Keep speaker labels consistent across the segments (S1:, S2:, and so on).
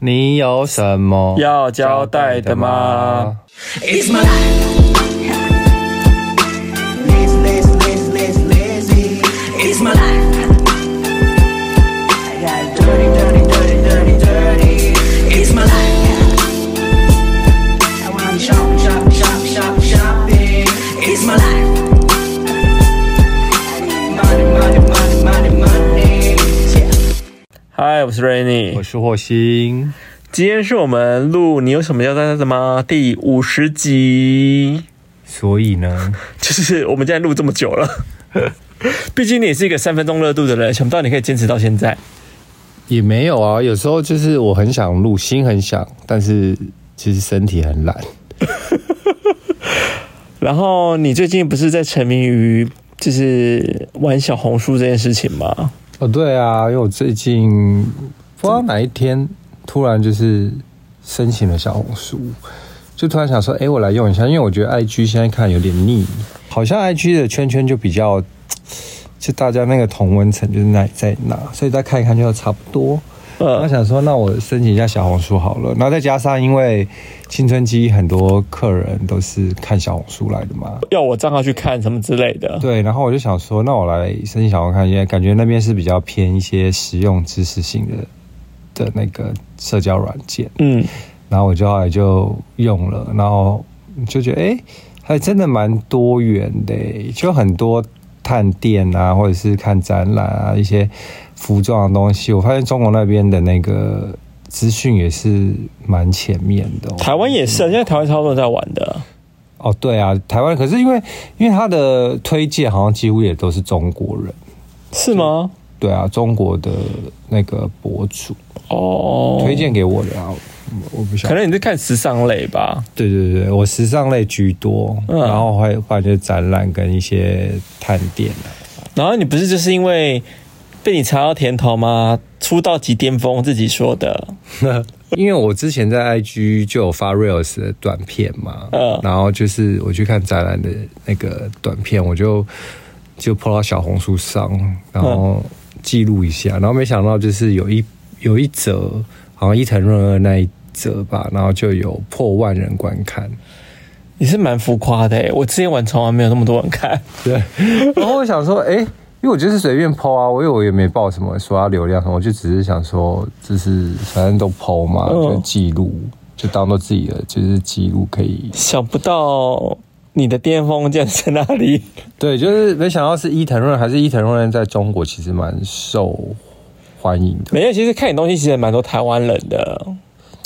S1: 你有什么
S2: 要交代的吗？
S3: It's my life. Lazy, lazy, lazy, lazy, lazy. It's my life. I got dirty, dirty, dirty, dirty, dirty. It's my life. I wanna shop, shop, shop, shop, shopping. It's my life. I need money, money, money, money, money. Yeah.
S2: 嗨，我是 Rainy，
S1: 我是霍星，
S2: 今天是我们录你有什么要交代的吗？第五十集，
S1: 所以呢，
S2: 就是我们现在录这么久了， 毕竟你也是一个三分钟热度的人，想不到你可以坚持到现在。
S1: 也没有啊。有时候就是我很想录，心很想，但是其实身体很懒。
S2: 然后你最近不是在沉迷于就是玩小红书这件事情吗？
S1: 哦，对啊，因为我最近不知道哪一天突然就是申请了小红书，就突然想说，哎，我来用一下，因为我觉得 IG 现在看有点腻，好像 IG 的圈圈就比较，就大家那个同温层就是那里在哪，所以再看一看就差不多。我
S2: 呃，
S1: 想说，那我申请一下小红书好了，然后再加上因为青春期很多客人都是看小红书来的嘛，
S2: 要我账号去看什么之类的。
S1: 对，然后我就想说，那我来申请小红看一下，感觉那边是比较偏一些实用知识性的的那个社交软件，
S2: 嗯，
S1: 然后我就后来就用了，然后就觉得哎、诶还真的蛮多元的、就很多探店啊，或者是看展览啊，一些服装的东西，我发现中国那边的那个资讯也是蛮前面的哦、
S2: 台湾也是啊，现在台湾超多人在玩的。
S1: 哦，对啊，台湾可是因为因为它的推荐好像几乎也都是中国人。
S2: 是吗？
S1: 对啊，中国的那个博主
S2: 哦，
S1: 推荐给我的啊，嗯我不晓
S2: 可
S1: 得。
S2: 能你是看时尚类吧？
S1: 对对对，我时尚类居多，
S2: 嗯
S1: 然后还有换就是展览跟一些探店啊。
S2: 然后你不是就是因为被你尝到甜头吗？出道即巅峰，自己说的。
S1: 因为我之前在 IG 就有发 Reels 的短片嘛，
S2: 嗯
S1: 然后就是我去看展览的那个短片，我就就 po 到小红书上，
S2: 嗯
S1: 然后记录一下，然后没想到就是有一有一则，好像伊藤润二那一则吧，然后就有破万人观看，
S2: 你是蛮浮夸的、欸，我之前玩从来没有那么多人看。
S1: 对，然后我想说，哎、因为我就是随便剖啊，我因为我也没报什么说要流量什么，我就只是想说，就是反正都剖嘛，
S2: 嗯
S1: 就记录，就当做自己的就是记录可以。
S2: 想不到你的巅峰竟然在那里，
S1: 对，就是没想到是伊藤润，还是伊藤润在中国其实蛮受欢迎的，
S2: 没有。其实看你东西，其实蛮多台湾人的。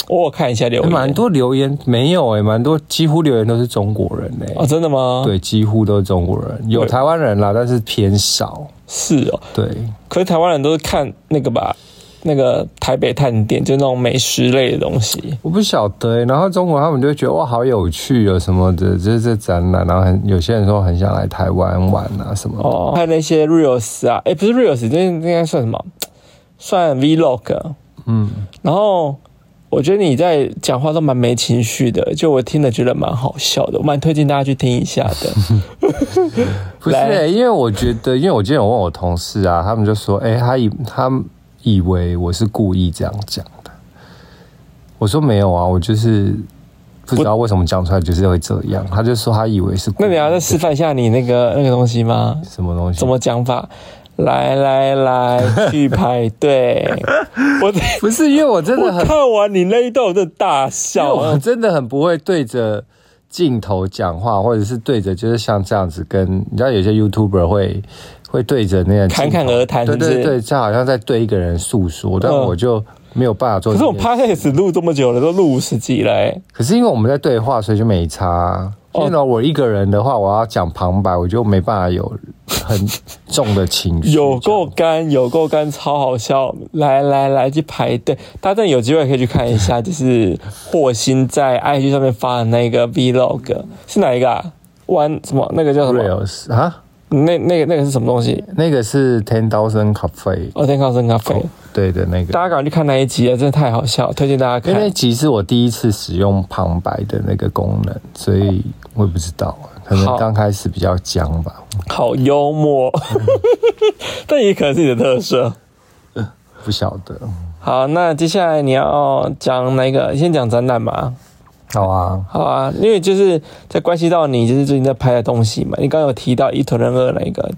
S2: 我有看一下留言，
S1: 蛮多留言没有哎、蛮多几乎留言都是中国人哎、
S2: 哦，真的吗？，
S1: 对，几乎都是中国人，有
S2: 对
S1: 台湾人啦，但是偏少。
S2: 是哦。
S1: 对，
S2: 可是台湾人都是看那个吧，那个台北探店，就是那种美食类的东西。
S1: 我不晓得、欸，然后中国他们就会觉得哇好有趣哦什么的，就是这展览，然后很有些人说很想来台湾玩啊什么的。
S2: 哦，还有那些 reels 啊，哎、不是 reels，这应该算什么？算 vlog。啊
S1: 嗯，
S2: 然后我觉得你在讲话都蛮没情绪的，就我听了觉得蛮好笑的，我蛮推荐大家去听一下 的。
S1: 不是、
S2: 来
S1: 欸，因为我觉得，因为我今天有问我同事啊，他们就说，哎、他以他们以为我是故意这样讲的。我说没有啊，我就是不知道为什么讲出来就是会这样。他就说他以为是故意
S2: 那你要再示范一下你那个那个东西吗？
S1: 什么东西？
S2: 怎么讲法？来来来，去排 队。我
S1: 不是？因为我真的
S2: 我
S1: 很
S2: 看完你那一段，我就大
S1: 因为
S2: 笑。
S1: 我真的很不会对着镜头讲话，或者是对着就是像这样子跟，你知道有些 YouTuber 会会对着那个镜头
S2: 侃侃而谈
S1: 对
S2: 是不
S1: 对
S2: 是
S1: 对，就好像在对一个人诉说，但
S2: 嗯
S1: 我就没有办法做
S2: 可
S1: 这
S2: 是我
S1: 件
S2: 们
S1: 事。
S2: podcast 录这么久了，都录五十集了、欸，
S1: 可是因为我们在对话，所以就没差。
S2: 哦
S1: 因为呢，我一个人的话，我要讲旁白，我就没办法有很重的情绪。
S2: 有够干，有够干，超好笑！来来来，去排队，大家真的有机会可以去看一下，就是霍星在 IG 上面发的那个 vlog 是哪一个啊？玩什么？那个叫什么？
S1: reels 啊，
S2: 那那个那个是什么东西？
S1: 那个是 Ten Thousand Cafe
S2: 哦，天靠，真咖啡，
S1: 对的那个，
S2: 大家赶快去看那一集啊，真的太好笑，推荐大家
S1: 因为那
S2: 看。
S1: 集是我第一次使用旁白的那个功能，所以我也不知道，可
S2: 好
S1: 能刚开始比较僵吧。
S2: 好幽 默，但也可能是你的特色。
S1: 不晓得，
S2: 好，那接下来你要讲哪一个？先讲展览嘛。
S1: 好啊，
S2: 好啊，因为就是在关系到你就是最近在拍的东西嘛。你刚刚有提到《伊藤润二》那个，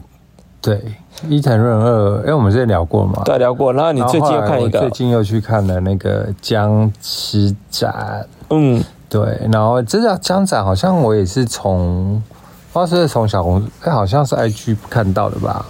S1: 对，伊藤润二，哎、我们之前聊过嘛，
S2: 对啊，聊过。然后你
S1: 然后
S2: 啊最近
S1: 后
S2: 又
S1: 来
S2: 看
S1: 我
S2: 一
S1: 最
S2: 个，
S1: 近又去看了那个江之展，
S2: 嗯，
S1: 对，然后这叫江展，好像我也是从，不知道是不是从小红，哎、好像是 IG 看到的吧？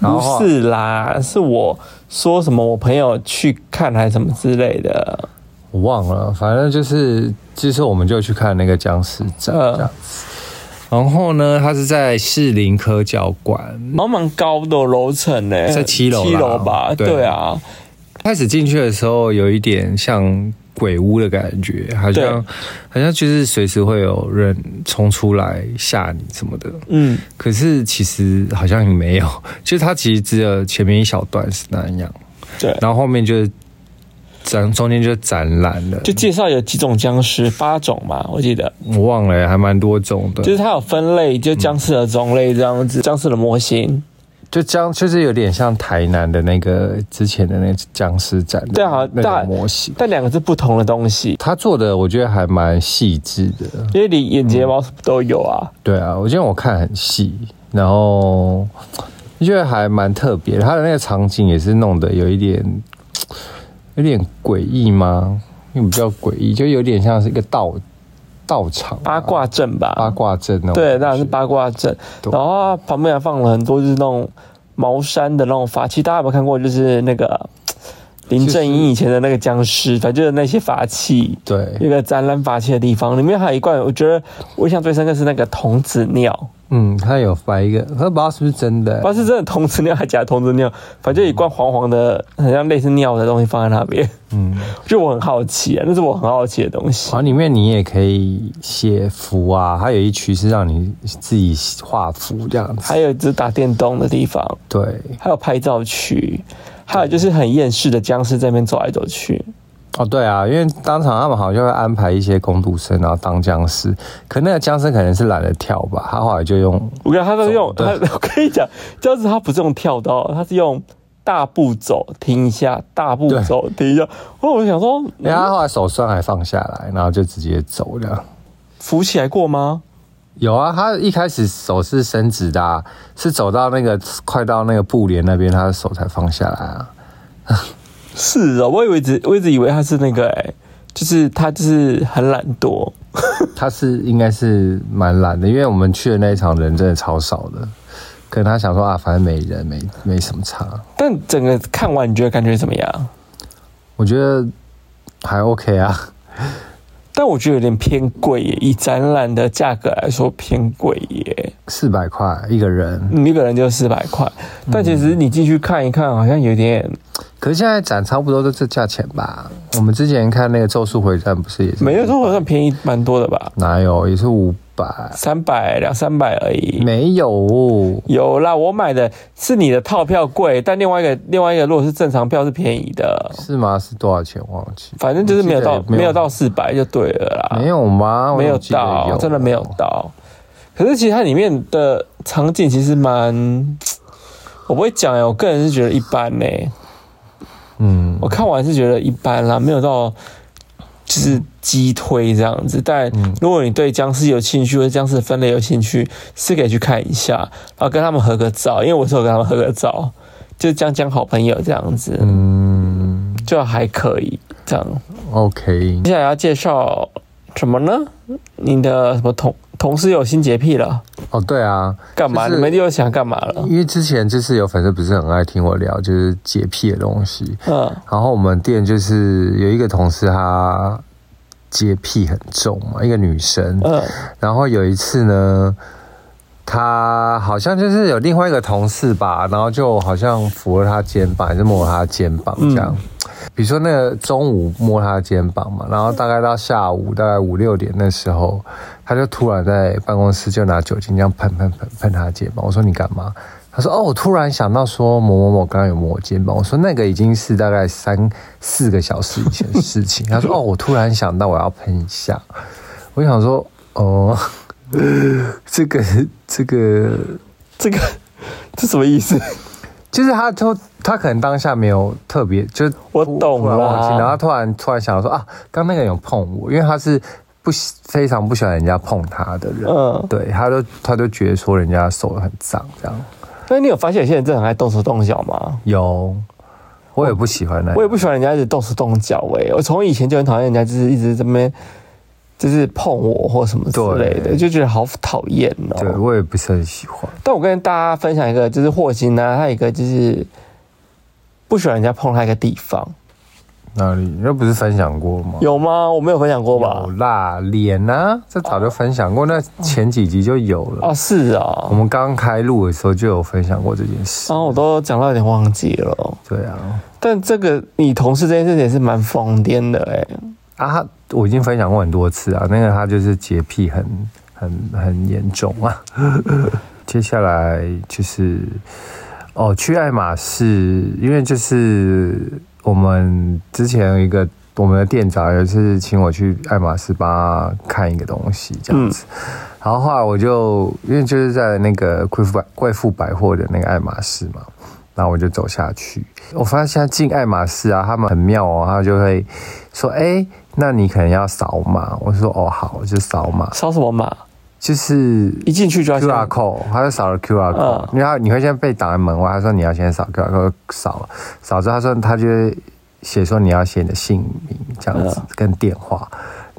S1: 然
S2: 不
S1: 后
S2: 是啦，是我说什么，我朋友去看还是什么之类的。
S1: 我忘了，反正就是这次我们就去看那个僵尸展
S2: 嗯
S1: 这样子。然后呢，它是在士林科教馆，
S2: 蛮蛮高的楼层呢，
S1: 在七楼啦
S2: 七楼吧？
S1: 对
S2: 对啊，
S1: 开始进去的时候有一点像鬼屋的感觉，好像好像就是随时会有人冲出来吓你什么的。
S2: 嗯，
S1: 可是其实好像也没有， 就是它其实只有前面一小段是那样，
S2: 对。
S1: 然后后面就展中间就展览了，
S2: 就介绍有几种僵尸，八种嘛，我记得，
S1: 我忘了，还蛮多种的。
S2: 就是它有分类，就僵尸的种类这样子，僵尸的模型，
S1: 就僵，就是有点像台南的那个之前的那僵尸展的
S2: 对啊
S1: 那
S2: 大
S1: 种模型。
S2: 但两个是不同的东西，
S1: 他做的我觉得还蛮细致的，
S2: 因为你眼睫
S1: 嗯
S2: 毛都有啊，
S1: 对啊，我觉得我看很细，然后觉得还蛮特别的。他的那个场景也是弄得有一点有点诡异吗？又比较诡异，就有点像是一个道道场啊、
S2: 八卦阵吧，
S1: 八卦阵那种感觉。
S2: 对，当然是八卦阵。
S1: 对
S2: 然后它旁边还放了很多就是那种茅山的那种法器，大家有没有看过？就是那个林正英以前的那个僵尸，反正就是那些法器。
S1: 对，
S2: 一个展览法器的地方，里面还有一罐，我觉得我印象最深刻是那个童子尿，
S1: 嗯，他有发一个，可不知道是不是真的、
S2: 不知道是真的童子尿还是假童子尿，反正就一罐黄黄的，很像类似尿的东西放在那边，
S1: 嗯，
S2: 就我很好奇啊，那是我很好奇的东西
S1: 然。后里面你也可以写符啊，还有一区是让你自己画符这样子。
S2: 还有就是打电动的地方，
S1: 对，
S2: 还有拍照区，还有就是很厌世的僵尸在那边走来走去。
S1: 哦对啊，因为当场他们好像会安排一些工读生，然后当僵尸。可那个僵尸可能是懒得跳吧，他后来就用
S2: 我跟他都用，
S1: 走
S2: 他
S1: 对
S2: 我跟你讲，僵尸他不是用跳的哦，他是用大步走停一下，大步
S1: 对
S2: 走停一下。哦，我想说，
S1: 然哎后他后来手酸还放下来，然后就直接走这样。
S2: 扶起来过吗？
S1: 有啊，他一开始手是伸直的、啊，是走到那个快到那个布帘那边，他的手才放下来啊。
S2: 是哦，我以为只我一直以为他是那个哎、就是他就是很懒惰，
S1: 他是应该是蛮懒的，因为我们去的那一场人真的超少的，可能他想说啊，反正没人，没没什么差。
S2: 但整个看完你觉得感觉怎么样？
S1: 我觉得还 OK 啊，
S2: 但我觉得有点偏贵耶，以展览的价格来说偏贵耶，
S1: 四百块一个人。
S2: 你一个人就四百块，
S1: 嗯
S2: 但其实你进去看一看，好像有点
S1: 可是现在展差不多都这价钱吧？我们之前看那个《咒术回战》不是也是
S2: 没有说好像便宜蛮多的吧，
S1: 哪有也是五百？
S2: 三百两三百而已。
S1: 没有，
S2: 有啦，我买的是你的套票贵，但另外一个另外一个如果是正常票是便宜的，
S1: 是吗？是多少钱？忘记，
S2: 反正就是没有到
S1: 我记得也
S2: 没有到四百就对了啦。
S1: 没有吗？
S2: 啊没
S1: 我
S2: 有
S1: 记得
S2: 到，真的没有到。可是其实它里面的场景其实蛮，我不会讲哎、我个人是觉得一般欸呢、
S1: 嗯，
S2: 我看完是觉得一般啦，没有到就是击推这样子。但
S1: 嗯
S2: 如果你对僵尸有兴趣，或者僵尸的分类有兴趣，是可以去看一下，然后跟他们合个照，因为我是有跟他们合个照，就这样讲好朋友这样子，
S1: 嗯
S2: 就还可以这样。
S1: ，OK，
S2: 接下来要介绍什么呢？你的什么同同事有新洁癖了？
S1: 哦，对啊，
S2: 干嘛？
S1: 就是
S2: 你们又想干嘛了？
S1: 因为之前就是有粉丝不是很爱听我聊就是洁癖的东西，
S2: 嗯，
S1: 然后我们店就是有一个同事她洁癖很重嘛，一个女生，
S2: 嗯
S1: 然后有一次呢，她好像就是有另外一个同事吧，然后就好像扶了她肩膀，还是摸了她肩膀这样。比如说那个中午摸她肩膀嘛，然后大概到下午大概五六点那时候，她就突然在办公室就拿酒精这样喷喷喷喷她肩膀。我说你干嘛？她说：“哦，我突然想到说某某某刚刚有摸我肩膀。”我说：“那个已经是大概三四个小时以前的事情。”她说：“哦，我突然想到我要喷一下。”我想说，哦， 这个这个
S2: 这个这什么意思？
S1: 就是他就他可能当下没有特别，就是
S2: 我
S1: 突
S2: 懂
S1: 突然忘记，
S2: 啦
S1: 然后他突然突然想说啊，刚那个人有碰我，因为他是不喜非常不喜欢人家碰他的人，
S2: 嗯
S1: 对，他就他就觉得说人家手很脏这样。
S2: 那你有发现有些人真的很爱动手动脚吗？
S1: 有，我也不喜欢那样，
S2: 我也不喜欢人家一直动手动脚哎、我从以前就很讨厌人家就是一直这边就是碰我或什么之类的，
S1: 对
S2: 就觉得好讨厌哦。
S1: 对我也不是很喜欢。
S2: 但我跟大家分享一个，就是霍金呢、他有一个就是不喜欢人家碰他一个地方，
S1: 哪里？那不是分享过吗？
S2: 有吗？我没有分享过吧
S1: 有？啦，脸啊，这早就分享过，那前几集就有了。
S2: 哦，是啊、
S1: 我
S2: 哦，
S1: 们刚开录的时候就有分享过这件事。
S2: 然后我都讲到有点忘记了。
S1: 对啊，
S2: 但这个你同事这件事情也是蛮疯癫的哎、
S1: 啊，他我已经分享过很多次啊，那个他就是洁癖很很很严重啊。 接下来就是哦，去爱马仕，因为就是我们之前有一个我们的店长有一次请我去爱马仕帮他看一个东西这样子，然后后来我就因为就是在那个贵妇百贵妇百货的那个爱马仕嘛。然后我就走下去，我发现现在进爱马仕啊，他们很妙哦，他就会说：“哎、那你可能要扫码。”我说：“哦，好，我就扫码。
S2: 烧什么码？”
S1: 就是
S2: 一进去就要
S1: QR
S2: 先
S1: code，他就扫了 QR
S2: 嗯
S1: code，、然后你会先被挡在门外。他说你要先扫 QR code，扫扫之后他说他就会写说你要写你的姓名这样子、跟电话，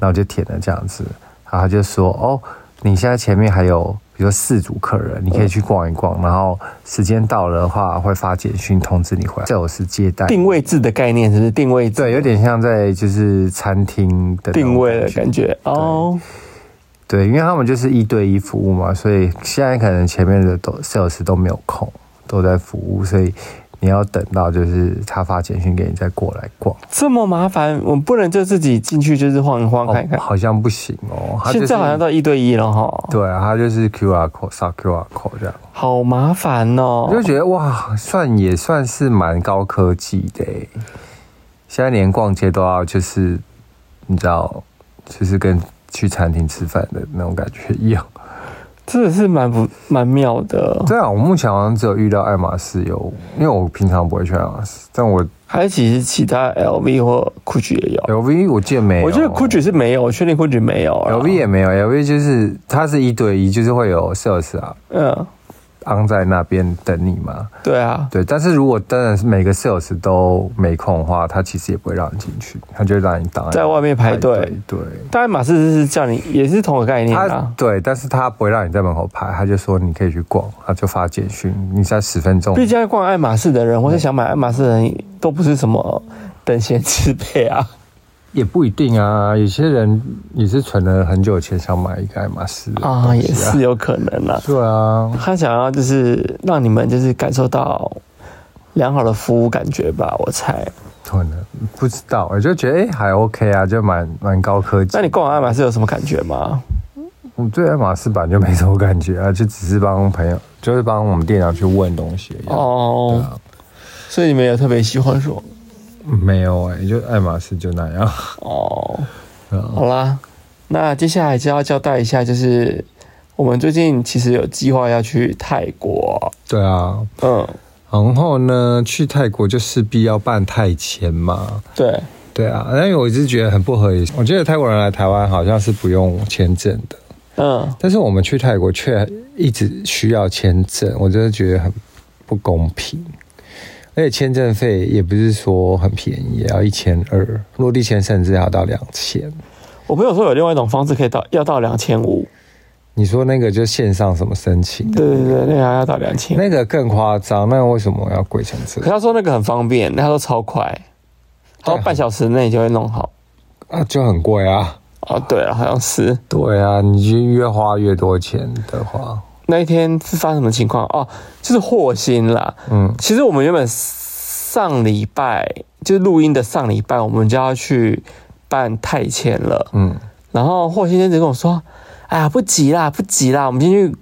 S1: 然后我就填了这样子，然后他就说哦，你现在前面还有比如说四组客人，你可以去逛一
S2: 嗯
S1: 逛，然后时间到了的话会发简讯通知你回来。这我是接待
S2: 定位制的概念，是不是定位制？
S1: 对，有点像在就是餐厅的那种
S2: 定位的感觉哦。
S1: 对，因为他们就是一对一服务嘛，所以现在可能前面的都 sales 都没有空，都在服务，所以你要等到就是他发简讯给你再过来逛。
S2: 这么麻烦，我们不能就自己进去就是晃一晃看一看
S1: 哦，。好像不行哦。他就是、
S2: 现在好像到一对一了哈，
S1: 对啊，他就是 QR code 扫 QR code 这样，
S2: 好麻烦哦
S1: 我。就觉得哇，算也算是蛮高科技的耶。现在连逛街都要就是你知道，就是跟去餐厅吃饭的那种感觉一样。
S2: 真的是蛮不蛮妙的。
S1: 对啊，我目前好像只有遇到爱马仕有，因为我平常不会去爱马仕，但我
S2: 还有其实其他 LV 或 GUCCI 也有，
S1: LV 我见没有，
S2: 我觉得啊 GUCCI 是没有，我确定 GUCCI 没有啦。
S1: LV 也没有，LV 就是它是一对一，就是会有 sales 啊，
S2: 嗯，
S1: 昂在那边等你嘛。
S2: 对啊，
S1: 对，但是如果当然是每个 sales 都没空的话，他其实也不会让你进去，他就会让你挡
S2: 在外面排队。
S1: 对，
S2: 当然马斯是叫你也是同个概念
S1: 他
S2: 啊。
S1: 对，但是他不会让你在门口排，他就说你可以去逛，他就发简讯，你在十分钟
S2: 毕竟要逛爱马仕的人，或是想买爱马仕的人，都不是什么等闲之辈啊。
S1: 也不一定啊，有些人也是存了很久钱想买一个爱马仕的
S2: 啊，
S1: 东
S2: 也
S1: 西
S2: 是有可能啦。
S1: 对啊，
S2: 他想要就是让你们就是感受到良好的服务感觉吧，我猜。
S1: 可能不知道，我就觉得哎、诶还 OK 啊，就蛮蛮高科技。
S2: 那你逛完爱马仕有什么感觉吗？
S1: 我对爱马仕版就没什么感觉啊，就只是帮朋友，就是帮我们店长去问东西而已啊。
S2: 哦，
S1: 啊
S2: 所以你们有特别喜欢说
S1: 没有哎、就爱马仕就那样。
S2: 哦，好啦，那接下来就要交代一下，就是我们最近其实有计划要去泰国，
S1: 对啊，
S2: 嗯，
S1: 然后呢，去泰国就势必要办泰签嘛。
S2: 对，
S1: 对啊，但是我一直觉得很不合理。我觉得泰国人来台湾好像是不用签证的，
S2: 嗯，
S1: 但是我们去泰国却一直需要签证，我真的觉得很不公平。而且签证费也不是说很便宜，也要一千二，落地签甚至要到两千。
S2: 我朋友说有另外一种方式可以到要到两千五，
S1: 你说那个就线上什么申请的，
S2: 对对对，嗯那个还要到两千，
S1: 那个更夸张，那为什么要贵成这
S2: 可
S1: 样
S2: 他说那个很方便，他说超快，他说半小时内就会弄好。
S1: 啊？就很贵啊。
S2: 哦，对了，好像是
S1: 对啊，你就越花越多钱的话，
S2: 那一天是发生什么情况？哦，就是霍星啦。
S1: 嗯，
S2: 其实我们原本上礼拜就是录音的上礼拜，我们就要去办泰签了。
S1: 嗯，
S2: 然后霍先生就跟我说：“哎呀，不急啦，不急啦，我们先去，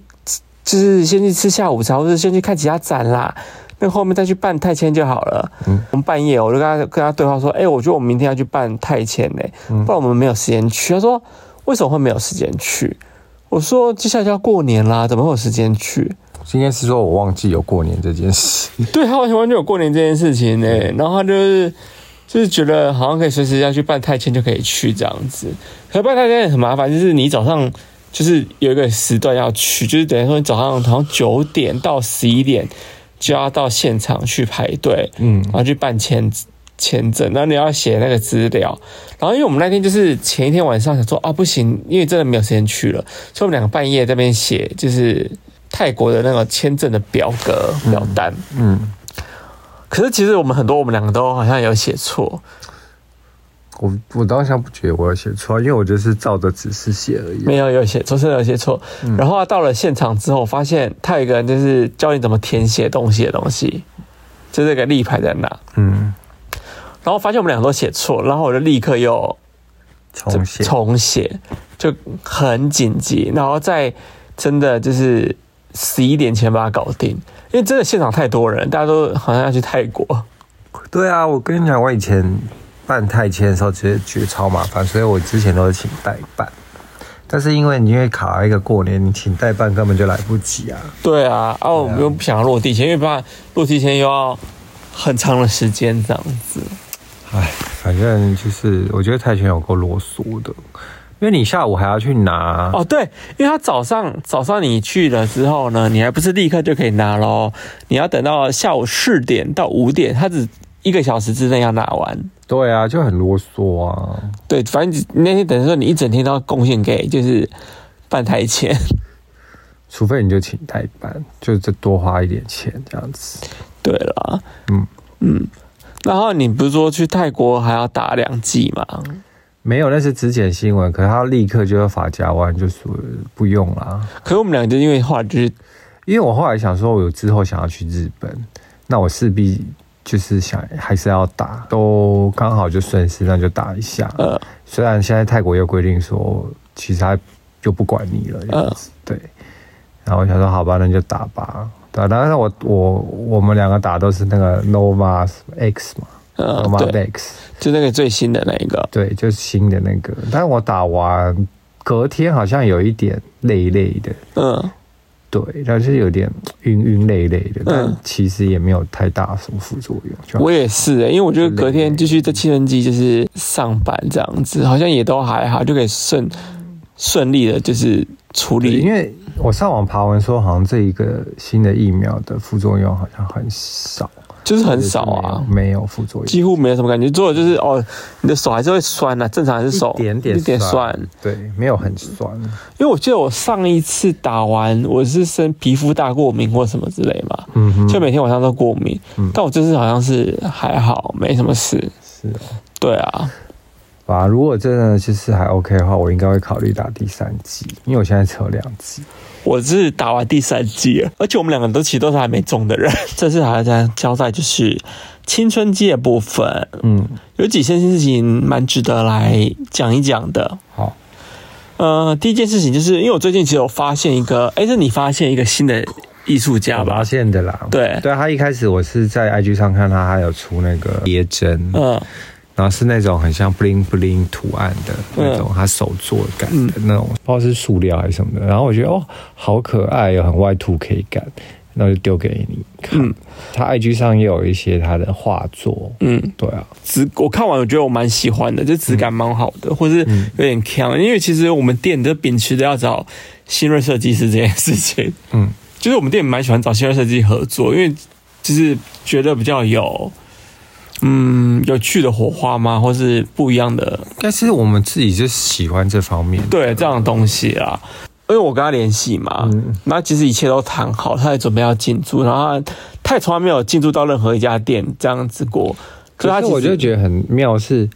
S2: 就是先去吃下午茶，或者先去看其他展啦。那后面再去办泰签就好了。”
S1: 嗯
S2: 我们半夜我就跟他跟他对话说：“哎、我觉得我们明天要去办泰签呢、不然我们没有时间去。”他说：“为什么会没有时间去？”我说：“接下来就要过年啦，怎么会有时间去？”
S1: 应该是说我忘记有过年这件事。
S2: 对他完全完全有过年这件事情呢、哎然后他就是就是觉得好像可以随时要去办太签就可以去这样子，可是办太签很麻烦，就是你早上就是有一个时段要去，就是等于说你早上好像九点到十一点就要到现场去排队，
S1: 嗯
S2: 然后去办签签证，然后你要写那个资料，然后因为我们那天就是前一天晚上想说啊不行，因为真的没有时间去了，所以我们两个半夜在那边写就是泰国的那个签证的表格表单。
S1: 嗯，
S2: 可是其实我们很多，我们两个都好像有写错，
S1: 我我当下不觉得我有写错，因为我就是照着指示写而已。
S2: 没有有写错，真的有写错。然后、啊、到了现场之后，发现他有一个人就是教你怎么填写东西的东西，就这个立牌在哪。
S1: 嗯，
S2: 然后发现我们两个都写错，然后我就立刻又
S1: 重写。
S2: 重写，就很紧急。然后在真的就是十一点前把它搞定，因为真的现场太多人，大家都好像要去泰国。
S1: 对啊，我跟你讲，我以前办泰签的时候，觉得觉得超麻烦，所以我之前都是请代办。但是因为你因为卡在一个过年，你请代办根本就来不及啊。
S2: 对啊，啊，我们又不想要落地签，因为怕落地签又要很长的时间这样子。
S1: 唉，反正就是我觉得泰拳有够啰嗦的，因为你下午还要去拿。
S2: 哦，对，因为他早上早上你去了之后呢，你还不是立刻就可以拿咯，你要等到下午四点到五点，他只一个小时之内要拿完。
S1: 对啊，就很啰嗦啊。
S2: 对，反正你那天等于说你一整天都要贡献给就是办台前，
S1: 除非你就请代办，就再多花一点钱这样子。
S2: 对啦，
S1: 嗯
S2: 嗯，然后你不是说去泰国还要打两剂吗？
S1: 没有，那是只检新闻，可是他立刻就要法夹弯，就说不用啦。
S2: 可是我们两个就因为后来就是
S1: 因为我后来想说，我有之后想要去日本，那我势必就是想还是要打，都刚好就顺势，那就打一下。
S2: 呃
S1: 虽然现在泰国又规定说，其实他就不管你了，这样子、对。然后我想说，好吧，那就打吧。对啊，但是我我我们两个打都是那个 Nova X 嘛、
S2: 呃
S1: n o，v a
S2: 对，
S1: X，
S2: 就那个最新的那一个，
S1: 对，就是新的那个。但是我打完隔天好像有一点累累的，
S2: 嗯，
S1: 哦对，但是有点晕晕累累的，但
S2: 嗯
S1: 其实也没有太大什么副作用。就
S2: 我也是、欸，因为我觉得隔天继续在气氛机就是上班这样子，好像也都还好，就可以顺顺利的，就是处
S1: 对
S2: 理
S1: 因。为我上网爬文说，好像这一个新的疫苗的副作用好像很少，
S2: 就是很少啊
S1: 就是没，有没有副作用，
S2: 几乎没什么感觉。做的就是哦，你的手还是会酸啊，正常还是手
S1: 一点点
S2: 一点酸。
S1: 对，没有很酸。
S2: 因为我记得我上一次打完，我是生皮肤大过敏或什么之类嘛，
S1: 嗯哼，
S2: 就每天晚上都过敏。
S1: 嗯
S2: 但我这次好像是还好，没什么事。
S1: 是哦。
S2: 对啊，
S1: 吧，如果真的就是还 OK 的话，我应该会考虑打第三剂，因为我现在只有两剂。
S2: 我是打完第三季了，而且我们两个都其实都是还没中的人。 这次还要再交代就是青春期的部分，
S1: 嗯，
S2: 有几件事情蛮值得来讲一讲的。
S1: 好，
S2: 呃，第一件事情就是因为我最近其实有发现一个，哎，是你发现一个新的艺术家
S1: 我
S2: 吧
S1: 发？现的啦。
S2: 对
S1: 哦对啊，他一开始我是在 IG 上看他，他有出那个别针，
S2: 嗯，
S1: 然后是那种很像 bling bling 图案的
S2: 嗯
S1: 那种，他手做感的那种，不知道是塑料还是什么的。然后我觉得哦，好可爱哦，很 Y two K 感，那我就丢给你看。
S2: 嗯
S1: 他 IG 上也有一些他的画作，
S2: 嗯，
S1: 对啊，
S2: 质我看完我觉得我蛮喜欢的，这质感蛮好
S1: 嗯
S2: 的，或是有点强，因为其实我们店都秉持着要找新锐设计师这件事情。
S1: 嗯，
S2: 就是我们店蛮喜欢找新锐设计合作，因为就是觉得比较有，嗯，有趣的火花嘛，或是不一样的
S1: 但是我们自己就喜欢这方面，
S2: 对这样的东西啦。因为我跟他联系嘛，
S1: 嗯
S2: 那其实一切都谈好，他也准备要进驻，然后他他也从来没有进驻到任何一家店这样子过。
S1: 可
S2: 可他
S1: 是
S2: 其实
S1: 我就觉得很妙是，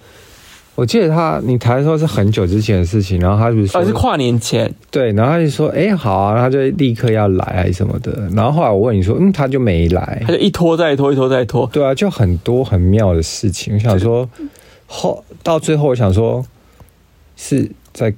S1: 我记得他你谈的时候是很久之前的事情，然后他就说、
S2: 呃是跨年前，
S1: 对，然后他就说哎、好啊，然后他就立刻要来还是什么的，然后后来我问你说嗯他就没来
S2: 他，就一拖再拖，一拖再拖。
S1: 对啊，就很多很妙的事情，我想说后到最后我想说是在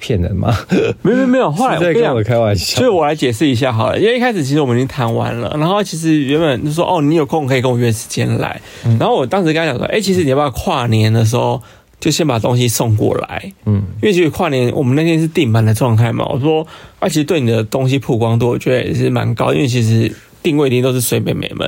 S1: 骗人吗？
S2: 没有没有没有，后来
S1: 是
S2: 我
S1: 在
S2: 跟你
S1: 跟
S2: 讲
S1: 我，开玩
S2: 所以
S1: 笑，
S2: 我来解释一下好了，因为一开始其实我们已经谈完了，然后其实原本就说哦，你有空可以跟我约时间来，然后我当时跟他讲说，哎、其实你要不要跨年的时候就先把东西送过来。
S1: 嗯，
S2: 因为其实跨年我们那天是订满的状态嘛，我说，啊，其实对你的东西曝光度，我觉得也是蛮高，因为其实定位一定都是水美美们，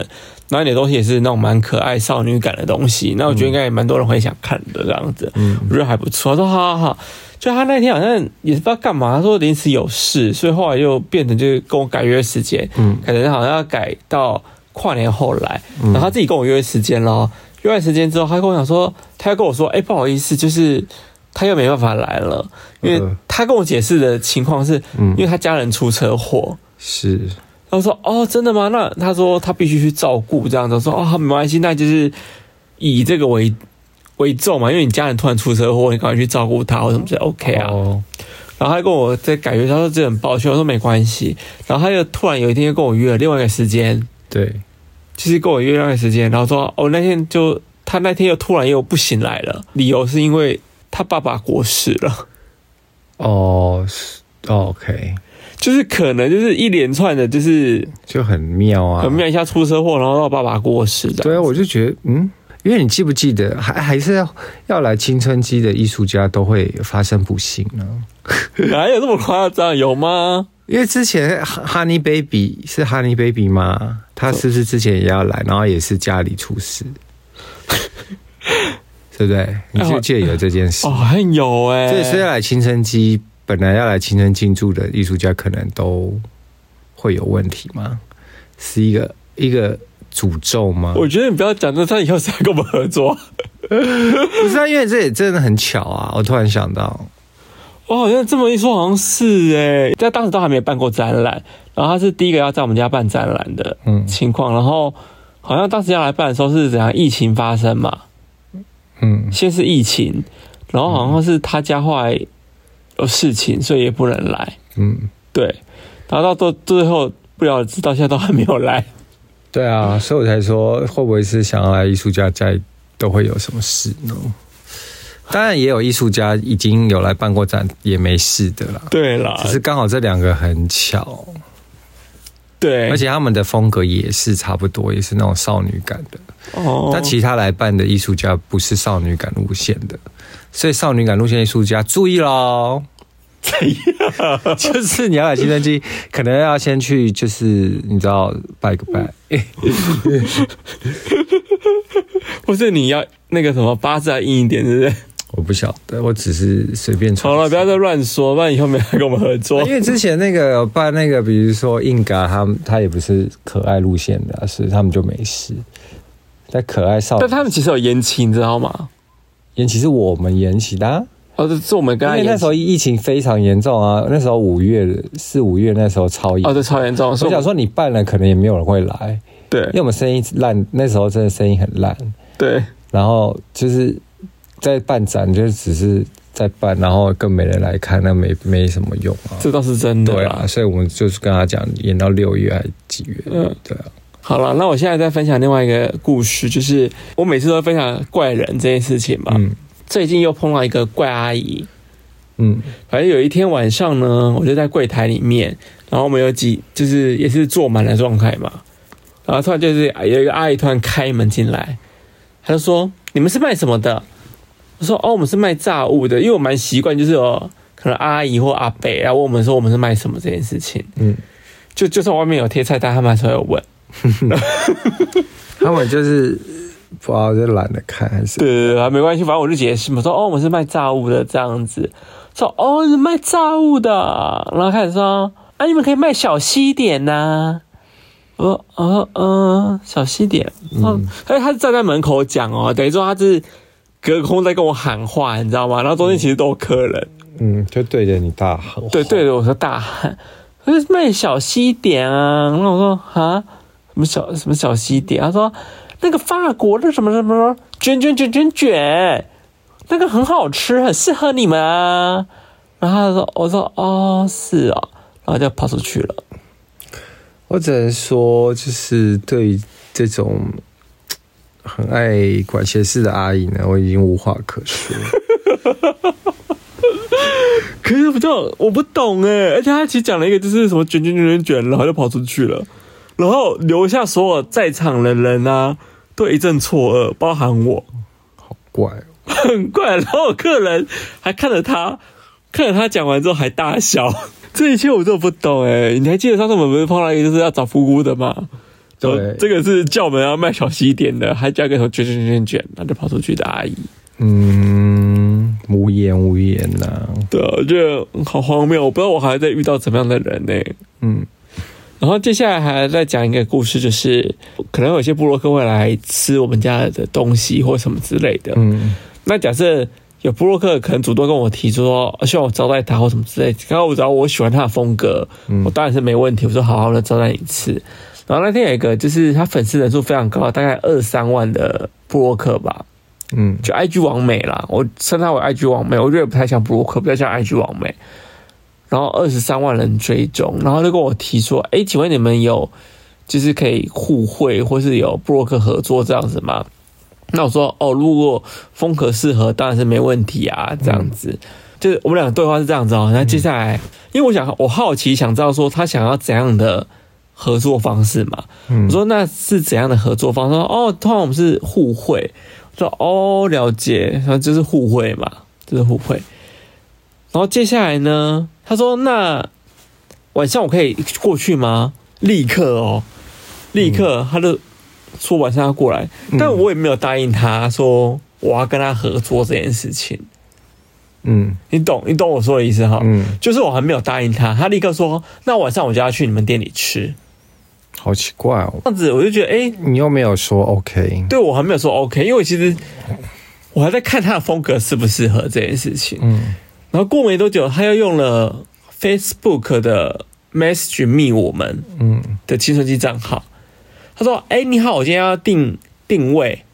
S2: 然后你的东西也是那种蛮可爱少女感的东西，那我觉得应该也蛮多人会想看的这样子，
S1: 嗯
S2: 我觉得还不错。他说好好好，就他那天好像也是不知道干嘛，他说临时有事，所以后来又变成就是跟我改约时间，
S1: 嗯
S2: 可能好像要改到跨年后来，然后他自己跟我约时间咯，约完时间之后，他跟我讲说，他又跟我说，哎、不好意思，就是他又没办法来了，因为
S1: 嗯
S2: 他跟我解释的情况是，
S1: 嗯
S2: 因为他家人出车祸。
S1: 是，
S2: 然后说哦，真的吗？那他说他必须去照顾这样子。我说哦，好没关系，那就是以这个为为重嘛，因为你家人突然出车祸，你赶快去照顾他或什么之类，OK 啊。
S1: 哦，
S2: 然后他跟我在改约，他说这很抱歉，我说没关系。然后他又突然有一天又跟我约了另外一个时间，
S1: 对，
S2: 就是跟我约另外一个时间，然后说哦那天就他那天又突然又不醒来了，理由是因为他爸爸过世了，
S1: 哦，是哦，OK，
S2: 就是可能就是一连串的，就是
S1: 就很妙啊，
S2: 很妙一下出车祸，然后到爸爸过世的。
S1: 对啊，我就觉得，嗯，因为你记不记得，还还是要要来青春期的艺术家都会发生不幸啊呢、
S2: 哪有这么夸张？有吗？
S1: 因为之前 Honey Baby 是 Honey Baby 吗？他是不是之前也要来，然后也是家里出事， 对不对？你记不记得有这件事
S2: 哎哦，？好像有哎、
S1: 所以虽然来青春期，本来要来青春进驻的艺术家，可能都会有问题吗？是一个一个诅咒吗？
S2: 我觉得你不要讲这，他以后谁要跟我们合作？
S1: 不是啊，因为这也真的很巧啊！我突然想到，
S2: 哦，好像这么一说，好像是哎、在当时都还没有办过展览，然后他是第一个要在我们家办展览的
S1: 嗯
S2: 情况，然后好像当时要来办的时候是怎样？疫情发生嘛，
S1: 嗯，
S2: 先是疫情，然后好像是他家后来有事情，所以也不能来。
S1: 嗯，
S2: 对，然后到最最后不了了之，到现在都还没有来。
S1: 对啊，所以我才说，会不会是想要来艺术家家都会有什么事呢？当然也有艺术家已经有来办过展，也没事的啦。
S2: 对啦，
S1: 只是刚好这两个很巧，
S2: 对，
S1: 而且他们的风格也是差不多，也是那种少女感的。
S2: 哦，
S1: 但其他来办的艺术家不是少女感路线的，所以少女感路线艺术家注意喽。怎样？ 就是你要买青春期，可能要先去，就是你知道拜个拜。
S2: 不是你要那个什么八字要硬一点，对不对？
S1: 我不晓得，我只是随便传。
S2: 好了，不要再乱说，不然以后没人跟我们合作
S1: 因。为之前那个办那个，比如说硬嘎，他们他也不是可爱路线的啊、所以他们就没事。但可爱少女
S2: 但，他们其实有延期，你知道吗？
S1: 延期是我们延期的、啊，
S2: 哦，这是我们跟
S1: 因
S2: 他
S1: 为那
S2: 延
S1: 时
S2: 期，
S1: 候疫情非常严重啊，那时候五月四五月那时候超严
S2: 哦，这超严重。所
S1: 我
S2: 以
S1: 想说你办了，可能也没有人会来，因为
S2: 对
S1: 我们生意烂，那时候真的生意很烂。
S2: 对，
S1: 然后就是在办展，就只是在办，然后更没人来看，那没没什么用啊。
S2: 这倒是真的
S1: 对
S2: 啦
S1: 啊，。所以我们就是跟他讲，演到六月还几月？
S2: 嗯
S1: 对啊，
S2: 好了，那我现在再分享另外一个故事，就是我每次都会分享怪人这件事情嘛。
S1: 嗯
S2: 最近又碰到一个怪阿姨，
S1: 嗯
S2: 反正有一天晚上呢，我就在柜台里面，然后我们有几就是也是坐满的状态嘛，然后突然就是有一个阿姨突然开门进来，她就说：“你们是卖什么的？”我说：“哦，我们是卖炸物的，因为我蛮习惯就是有可能阿姨或阿伯来问我们说我们是卖什么这件事情，
S1: 嗯，
S2: 就就算外面有贴菜单，他们还是会问。
S1: 他们就是不知道就懒得看还是
S2: 对对对，没关系，反正我就解释嘛，说哦，我们是卖炸物的这样子，说哦，你卖炸物的啊，然后开始说啊，你们可以卖小西一点呐、我说哦嗯，小西点，嗯，而且他是站在门口讲哦，等于说他是隔空在跟我喊话，你知道吗？然后中间其实都有客人，
S1: 嗯，就对着你大吼。
S2: 对对着我说大喊，我说卖小西点啊，然后我说啊，什么小什么小西点，他说那个法国的什么什么什么卷卷卷卷卷，那个很好吃，很适合你们啊。然后他说，我说哦是哦，然后就跑出去了。
S1: 我只能说，就是对于这种很爱管闲事的阿姨呢，我已经无话可说。
S2: 可是不知道，我不懂哎，而且他其实讲了一个就是什么卷卷卷卷卷，然后就跑出去了，然后留下所有在场的人啊，都一阵错愕，包含我。
S1: 怪哦，
S2: 很怪。然后我客人还看着他，看着他讲完之后还大笑。这一切我真的不懂哎、你还记得上次我们不是碰到一个就是要找服务的吗？
S1: 对
S2: 说这个是叫我们要卖小西点的，还叫一个什么卷卷卷卷卷，然后就跑出去的阿姨。
S1: 嗯，无言无言呐、
S2: 对啊，我觉得好荒谬，我不知道我还在遇到怎么样的人呢、
S1: 嗯，
S2: 然后接下来还在讲一个故事，就是可能有些部落客会来吃我们家的东西或什么之类的。
S1: 嗯，
S2: 那假设有部落客可能主动跟我提出说，呃希望我招待他或什么之类的，刚刚我只要我喜欢他的风格，我当然是没问题，我说好好的招待你吃。然后那天有一个就是他粉丝人数非常高，大概二三万的部落客吧，
S1: 嗯
S2: 就 IG 王美啦，我称她为 IG 王美，我觉得不太像布洛克，比较像 IG 王美。然后二十三万人追踪，然后就跟我提说：“哎，请问你们有就是可以互惠，或是有布洛克合作这样子吗？”那我说：“哦，如果风格适合，当然是没问题啊，这样子。就是我们俩的对话是这样子哦。那接下来，因为我想我好奇想知道说他想要怎样的合作方式嘛，
S1: 嗯
S2: 我说那是怎样的合作方式？他说哦，通常我们是互惠。我说哦，了解，然后就是互惠嘛，就是互惠。然后接下来呢，他说那晚上我可以过去吗？立刻哦，立刻，他就说晚上要过来，但我也没有答应他说我要跟他合作这件事情。
S1: 嗯
S2: 你懂，你懂我说的意思哈？
S1: 嗯，
S2: 就是我还没有答应他，他立刻说那晚上我就要去你们店里吃。
S1: 好奇怪哦，
S2: 这样子我就觉得哎。诶
S1: 你又没有说 OK，
S2: 对我还没有说 OK，因为其实我还在看他的风格适不适合这件事情。
S1: 嗯
S2: 然后过没多久，他又用了 Facebook 的 Message 密我们
S1: 嗯
S2: 的青春期账号，他说：“哎、你好，我今天要定定位，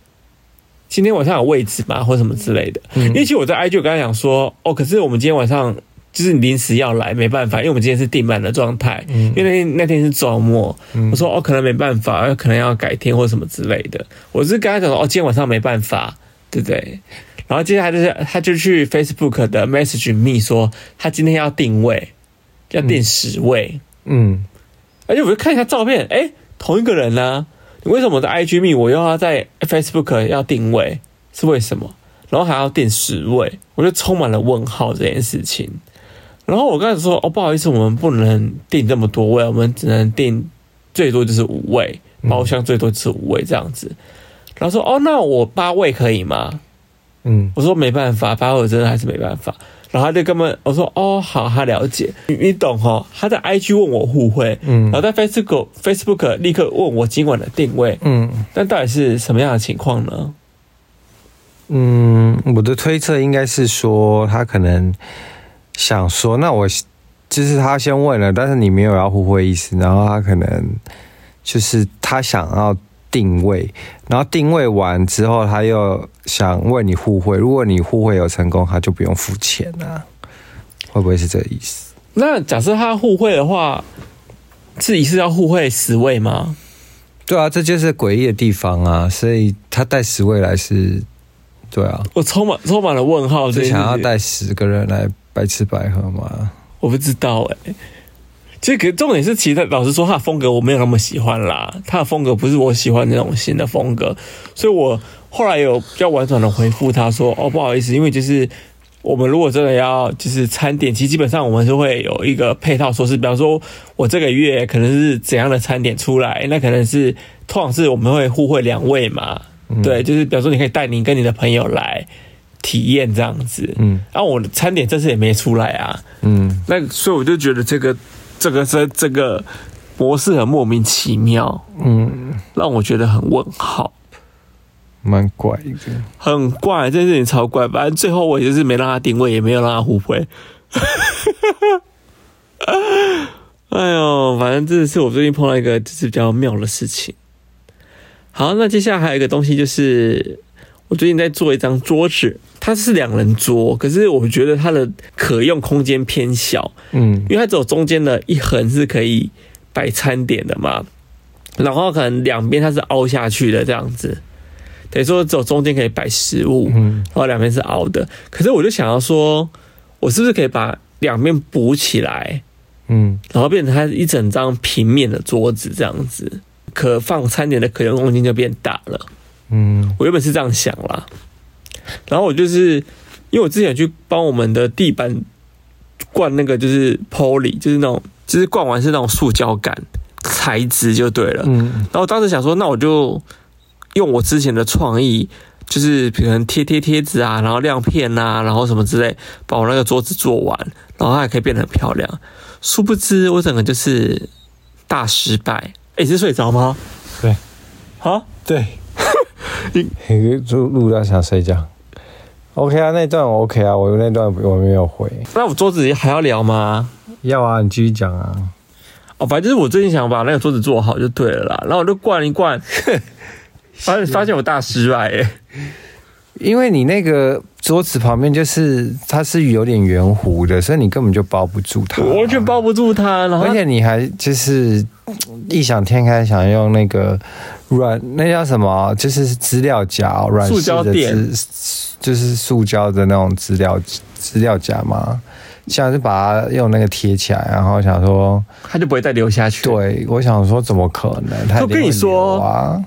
S2: 今天晚上有位置吗？或什么之类的。
S1: 嗯
S2: 因为其实我在 IG 我跟他讲说，哦，可是我们今天晚上就是你临时要来，没办法，因为我们今天是订满的状态，
S1: 嗯
S2: 因为那天那天是周末，
S1: 嗯
S2: 我说哦，可能没办法，可能要改天或什么之类的。我是跟他讲说，哦，今天晚上没办法，对不对？然后接下来就是他就去 Facebook 的 Message Me 说，他今天要定位，要定十位。
S1: 嗯
S2: 而且我就看一下照片，哎、同一个人呢、你为什么我在 IG 密我又要在 Facebook 要定位？是为什么？然后还要定十位，我就充满了问号这件事情。然后我刚才说，哦，不好意思，我们不能定这么多位，我们只能定最多就是五位，包厢最多就是五位这样子。然后说，哦，那我八位可以吗？
S1: 嗯
S2: 我说没办法，八我真的还是没办法。然后他就根本我说哦好，他了解，你你懂哈、哦？他在 IG 问我互惠，
S1: 嗯
S2: 然后在 Facebook Facebook 立刻问我今晚的定位，
S1: 嗯
S2: 但到底是什么样的情况呢？
S1: 嗯，我的推测应该是说他可能想说，那我就是他先问了，但是你没有要互惠意思，然后他可能就是他想要定位，然后定位完之后他又想问你互惠，如果你互惠有成功，他就不用付钱啊，会不会是这个意思？
S2: 那假设他互惠的话，是一次要互惠十位吗？
S1: 对啊，这就是诡异的地方啊，所以他带十位来是，对啊，
S2: 我充满充满了问号
S1: 就
S2: 这件事
S1: 想
S2: 情，
S1: 要带十个人来白吃白喝嘛，
S2: 我不知道哎、其实，可重点是，其实老实说，他的风格我没有那么喜欢啦。他的风格不是我喜欢那种新的风格，所以我后来有比较婉转的回复他说：“哦，不好意思，因为就是我们如果真的要就是餐点，其实基本上我们是会有一个配套措施，比方说我这个月可能是怎样的餐点出来，那可能是通常是我们会互惠两位嘛，对，就是比方说你可以带你跟你的朋友来体验这样子，
S1: 嗯
S2: 啊，我的餐点这次也没出来啊，
S1: 嗯
S2: 那所以我就觉得这个这个这这个模式很莫名其妙，
S1: 嗯。
S2: 让我觉得很问号，
S1: 蛮怪的。
S2: 很怪，这件事情超怪。反正最后我也就是没让他定位，也没有让他互惠。 哎呦，反正这是我最近碰到一个就是比较妙的事情。好，那接下来还有一个东西就是，我最近在做一张桌子，它是两人桌，可是我觉得它的可用空间偏小，
S1: 嗯
S2: 因为它只有中间的一横是可以摆餐点的嘛，然后可能两边它是凹下去的这样子，等于说只有中间可以摆食物，然
S1: 嗯
S2: 后两边是凹的。可是我就想要说，我是不是可以把两边补起来，
S1: 嗯
S2: 然后变成它一整张平面的桌子这样子，可放餐点的可用空间就变大了。
S1: 嗯
S2: 我原本是这样想啦，然后我就是因为我之前去帮我们的地板灌那个就是 poly，就是那种就是灌完是那种塑胶感材质就对了。
S1: 嗯，
S2: 然后我当时想说，那我就用我之前的创意，就是可能贴贴贴纸啊，然后亮片啊，然后什么之类，把我那个桌子做完，然后它也可以变得很漂亮。殊不知我整个就是大失败。哎，你是睡着吗？
S1: 对。
S2: 啊，
S1: 对，
S2: 你
S1: 你录录到想睡觉。OK 啊，那段我 OK 啊，我那段我没有回。
S2: 那我桌子还要聊吗？
S1: 要啊，你继续讲啊。
S2: 哦，反正就是我最近想把那个桌子做好就对了啦。然后我就灌一 灌，发
S1: 啊
S2: 现发现我大失败哎、
S1: 因为你那个桌子旁边就是它是有点圆弧的，所以你根本就包不住它、
S2: 我完全包不住它。然后
S1: 啊而且你还就是嗯异想天开，想用那个软那叫什么，啊就是资料夹哦、软
S2: 塑胶
S1: 式的
S2: 垫
S1: 资，就是塑胶的那种资料资料夹嘛。想是把它用那个贴起来，然后想说，
S2: 它就不会再流下去。，
S1: 对我想说，怎么可能？它一定
S2: 我跟你
S1: 会
S2: 说
S1: 流啊，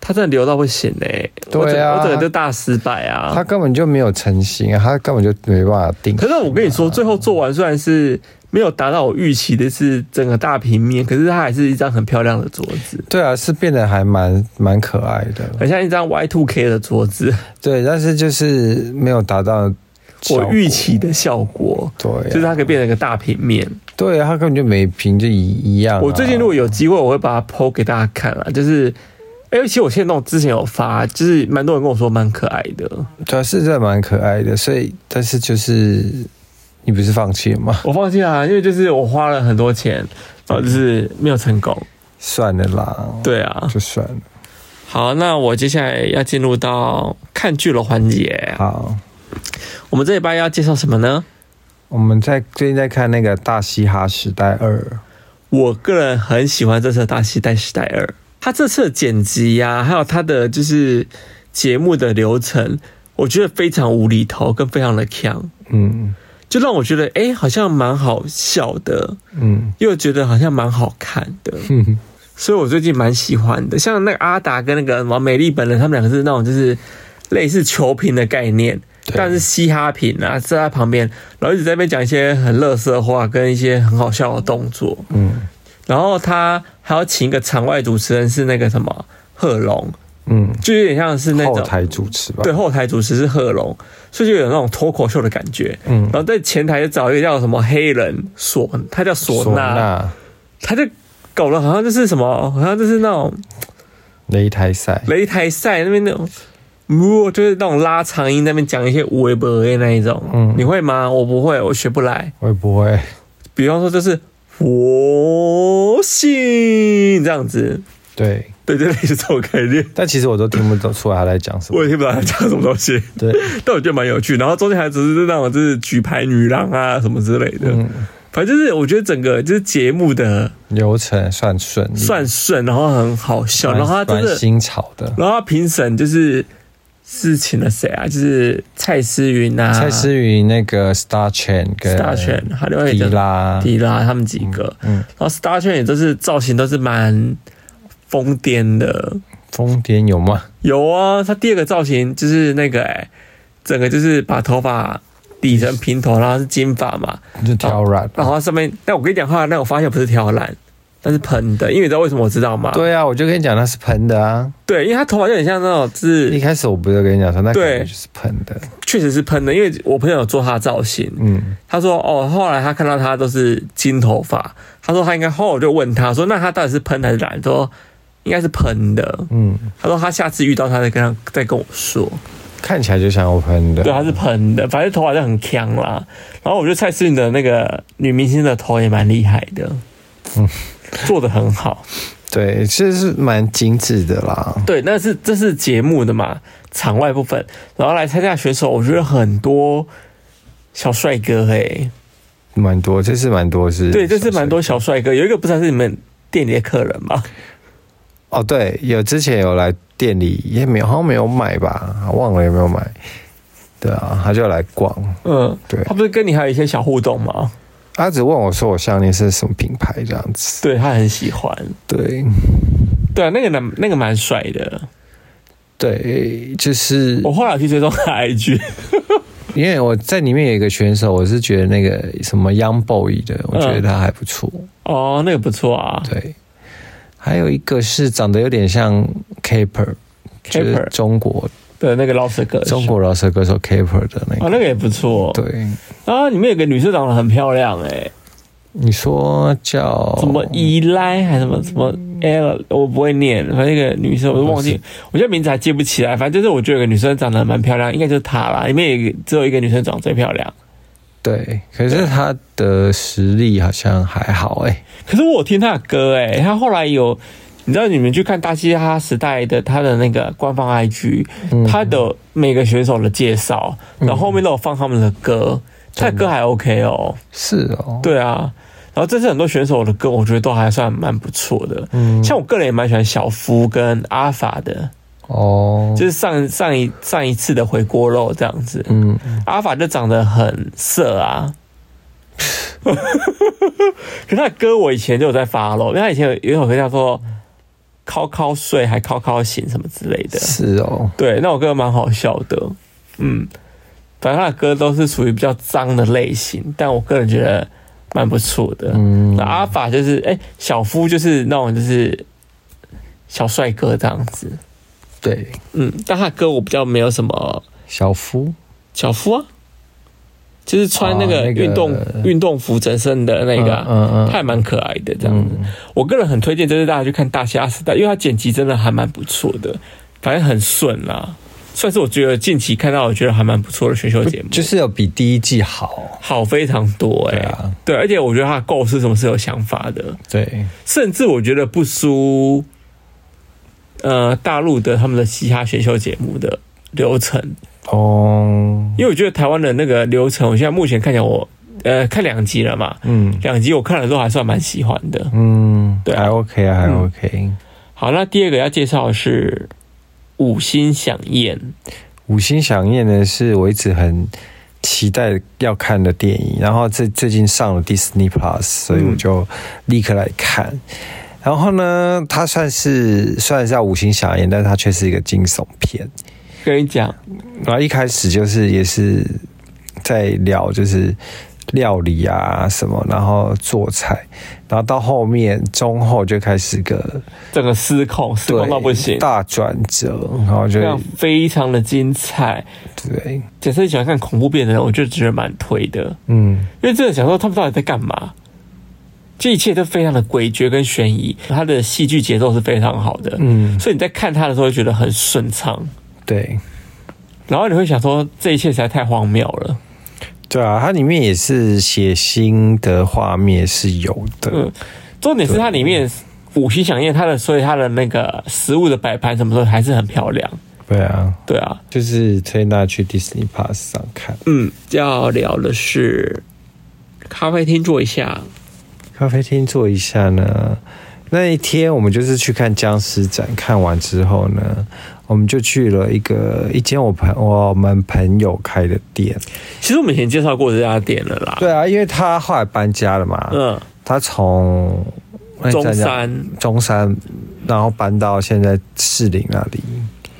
S2: 它真的流到不行哎、我
S1: 对
S2: 整
S1: 啊
S2: 我整个就大失败啊。
S1: 它根本就没有成型，啊它根本就没办法定。
S2: 可是我跟你
S1: 啊
S2: 说，最后做完虽然是没有达到我预期的是整个大平面，可是它还是一张很漂亮的桌子，
S1: 对啊，是变得还蛮蛮可爱的，
S2: 很像一张 Y Two K 的桌子，
S1: 对，但是就是没有达到效
S2: 我
S1: 果
S2: 预期的效果。
S1: 对啊、
S2: 就是它可以变成一个大平面。
S1: 对，它根本就没评，就一一样啊、
S2: 我最近如果有机会，我会把它剖给大家看啦。就是，哎、其实我现在弄之前有发，就是蛮多人跟我说蛮可爱的。
S1: 主要啊是真的蛮可爱的，所以但是就是你不是放弃了吗？
S2: 我放弃啊啦，因为就是我花了很多钱，然后就是没有成功。
S1: 算了啦，
S2: 对啊，
S1: 就算了。
S2: 好，那我接下来要进入到看剧的环节。
S1: 好，
S2: 我们这礼拜要介绍什么呢？
S1: 我们在最近在看那个《大嘻哈时代二》，
S2: 我个人很喜欢这次的《大时代时代二》，它这次的剪辑呀、还有它的就是节目的流程，我觉得非常无厘头，跟非常的强，
S1: 嗯
S2: 就让我觉得哎、诶好像蛮好笑的，
S1: 嗯
S2: 又觉得好像蛮好看的。
S1: 哼哼，
S2: 所以我最近蛮喜欢的，像那个阿达跟那个什么美丽本人，他们两个是那种就是类似球评的概念，
S1: 对
S2: 但是嘻哈评啊，在他旁边，然后一直在那边讲一些很乐色话跟一些很好笑的动作，
S1: 嗯
S2: 然后他还要请一个场外主持人是那个什么贺龙，
S1: 嗯，
S2: 就有点像是那
S1: 后
S2: 种
S1: 台主持吧，
S2: 对，后台主持是贺龙，所以就有那种脱口秀的感觉。
S1: 嗯
S2: 然后在前台就找一个叫什么黑人唢，他叫唢呐，他就搞了好像就是什么，好像就是那种。
S1: 擂台赛，
S2: 擂台赛那边那种，呜，就是那种拉长音那边讲一些无为不为那一种，
S1: 嗯
S2: 你会吗？我不会，我学不来。
S1: 会不会？
S2: 比方说就是我信这样子，
S1: 对，
S2: 对，就类似这种概念。
S1: 但其实我都听不懂出来他在讲什
S2: 我
S1: 么
S2: 也。听不懂他讲什么东西，
S1: 对，
S2: 但我觉得蛮有趣。然后中间还只是那种就是举牌女郎啊什么之类的，
S1: 嗯，
S2: 反正就是我觉得整个就是节目的
S1: 流程算顺利，
S2: 算顺，然后很好笑，
S1: 蛮
S2: 然后他真的
S1: 蛮新潮的。
S2: 然后他评审就是是请了谁啊？就是蔡思云啊，
S1: 蔡思云那个 Star Chain 跟
S2: Star 圈，还有另外一
S1: 迪
S2: 个叫
S1: 拉，
S2: 迪拉他们几个。
S1: 嗯，
S2: 然后 Star 圈也都是造型都是蛮疯癫的。
S1: 疯癫有吗？
S2: 有啊，他第二个造型就是那个哎、整个就是把头发理成平头，然后是金发嘛，
S1: 就挑染。
S2: 然后上面，但我跟你讲话，那我发现不是挑染，但是喷的，因为你知道为什么我知道吗？
S1: 对啊，我就跟你讲那是喷的啊！
S2: 对，因为他头发就很像那种就是
S1: 一开始我不是跟你讲说那感
S2: 对
S1: 觉就是喷的，
S2: 确实是喷的，因为我朋友有做他的造型，
S1: 嗯，
S2: 他说哦，后来他看到他都是金头发，他说他应该，后来我就问他说，那他到底是喷还是染？说应该是喷的。
S1: 嗯，
S2: 他说他下次遇到他再跟他再跟我说，
S1: 看起来就像有喷的。
S2: 对，他是喷的，反正头发就很强啦。然后我觉得蔡思韵的那个女明星的头也蛮厉害的，做的很好。
S1: 对，其实是蛮精致的啦。
S2: 对，那是这是节目的嘛，场外部分，然后来参加选手，我觉得很多小帅哥欸诶、
S1: 蛮多，这次蛮多是，
S2: 对，这是蛮多小帅哥，有一个不是还是你们店里的客人吗？
S1: 哦。对，有之前有来店里，也没有，好像没有买吧，忘了有没有买。对啊，他就来逛，
S2: 嗯，
S1: 对
S2: 他不是跟你还有一些小互动吗？
S1: 他只问我说我项链是什么品牌这样子。
S2: 对他很喜欢，
S1: 对，
S2: 对啊，那个男那个蛮帅的，
S1: 对，就是
S2: 我后来去追踪他 IG，
S1: 因为我在里面有一个选手，我是觉得那个什么 Young Boy 的，我觉得他还不错。
S2: 哦，那个不错啊。
S1: 对，还有一个是长得有点像 Caper，就是中国
S2: 对，那个老师歌手，
S1: 中国饶舌歌手 Caper 的那个。
S2: 哦，那个也不错。
S1: 对，
S2: 啊，里面有个女生长得很漂亮哎、
S1: 你说叫
S2: 什么依赖还是什么什么 L，我不会念，反正那个女生我都忘
S1: 嗯
S2: 记，我现在名字还记不起来。反正就是我觉得有个女生长得蛮漂亮，应该就是她啦。里面有一个只有一个女生长得最漂亮，
S1: 对，可是他的实力好像还好哎、
S2: 可是我有听她的歌哎、她后来有。你知道你们去看大嘻哈时代的她的那个官方 IG，她
S1: 嗯
S2: 的每个选手的介绍，然后后面都有放他们的歌，她的歌还 OK 哦。
S1: 是哦，
S2: 对啊，然后这次很多选手的歌，我觉得都还算蛮不错的。
S1: 嗯
S2: 像我个人也蛮喜欢小夫跟阿法的，
S1: 哦，
S2: 就是上上一上一次的回锅肉这样子。
S1: 嗯，
S2: 阿法就长得很色啊， 可是他的歌我以前就有在发喽，因为他以前有有一首歌叫做“敲敲睡”还“敲敲醒”什么之类的。
S1: 是哦，
S2: 对，那首歌蛮好笑的，嗯，反正他的歌都是属于比较脏的类型，但我个人觉得蛮不错的。
S1: 嗯
S2: 那阿法就是，哎、小夫就是那种就是小帅哥这样子，
S1: 对，
S2: 嗯，但他的歌我比较没有什么
S1: 小夫
S2: 小夫啊，就是穿那
S1: 哦
S2: 个
S1: 那个
S2: 运动运、动服整身的那个啊、
S1: 嗯嗯嗯
S2: 他还蛮可爱的这样子。我个人很推荐，就是大家去看《大虾时代》，因为他剪辑真的还蛮不错的，反正很顺啦，算是我觉得近期看到我觉得还蛮不错的选秀节目，
S1: 就是有比第一季好，
S2: 好非常多哎、
S1: 对啊
S2: 对，而且我觉得他的构思什么是有想法的。
S1: 对，
S2: 甚至我觉得不输呃大陆的他们的嘻哈选秀节目的流程，
S1: 哦，
S2: 因为我觉得台湾的那个流程，我现在目前看起来我呃看两集了嘛，
S1: 嗯
S2: 两集我看了之后还算蛮喜欢的。
S1: 嗯，
S2: 对啊
S1: 还 OK 啊，还
S2: 嗯
S1: OK。
S2: 好，那第二个要介绍的是五星响宴，
S1: 五星响宴呢，是我一直很期待要看的电影，然后最最近上了 Disney Plus，所以我就立刻来看。然后呢，它算是虽然叫五星响宴，但它却是一个惊悚片。
S2: 跟你讲，
S1: 然后一开始就是也是在聊就是料理啊什么，然后做菜，然后到后面中后就开始个
S2: 整个失控，失控到不行，
S1: 大转折，然后就
S2: 这样非常的精彩。
S1: 对，
S2: 假设你喜欢看恐怖片的人，我就觉得蛮推的。
S1: 嗯，
S2: 因为真的想说他们到底在干嘛？这一切都非常的诡谲跟悬疑，它的戏剧节奏是非常好的，
S1: 嗯
S2: 所以你在看它的时候会觉得很顺畅，
S1: 对。
S2: 然后你会想说这一切实在太荒谬了，
S1: 对啊，它里面也是血腥的画面是有的，
S2: 嗯，重点是它里面五星响宴，它的所以它的那个食物的摆盘什么的还是很漂亮，
S1: 对啊，
S2: 对啊，
S1: 就是推大家去 Disney Plus 上看。
S2: 嗯，要聊的是咖啡厅坐一下，
S1: 咖啡厅坐一下呢，那一天我们就是去看僵尸展，看完之后呢，我们就去了一个一间我朋我们朋友开的店。
S2: 其实我们以前介绍过这家店了啦，
S1: 对啊，因为他后来搬家了嘛，
S2: 嗯，
S1: 他从那
S2: 中
S1: 站叫
S2: 山，
S1: 中山，然后搬到现在士林那里。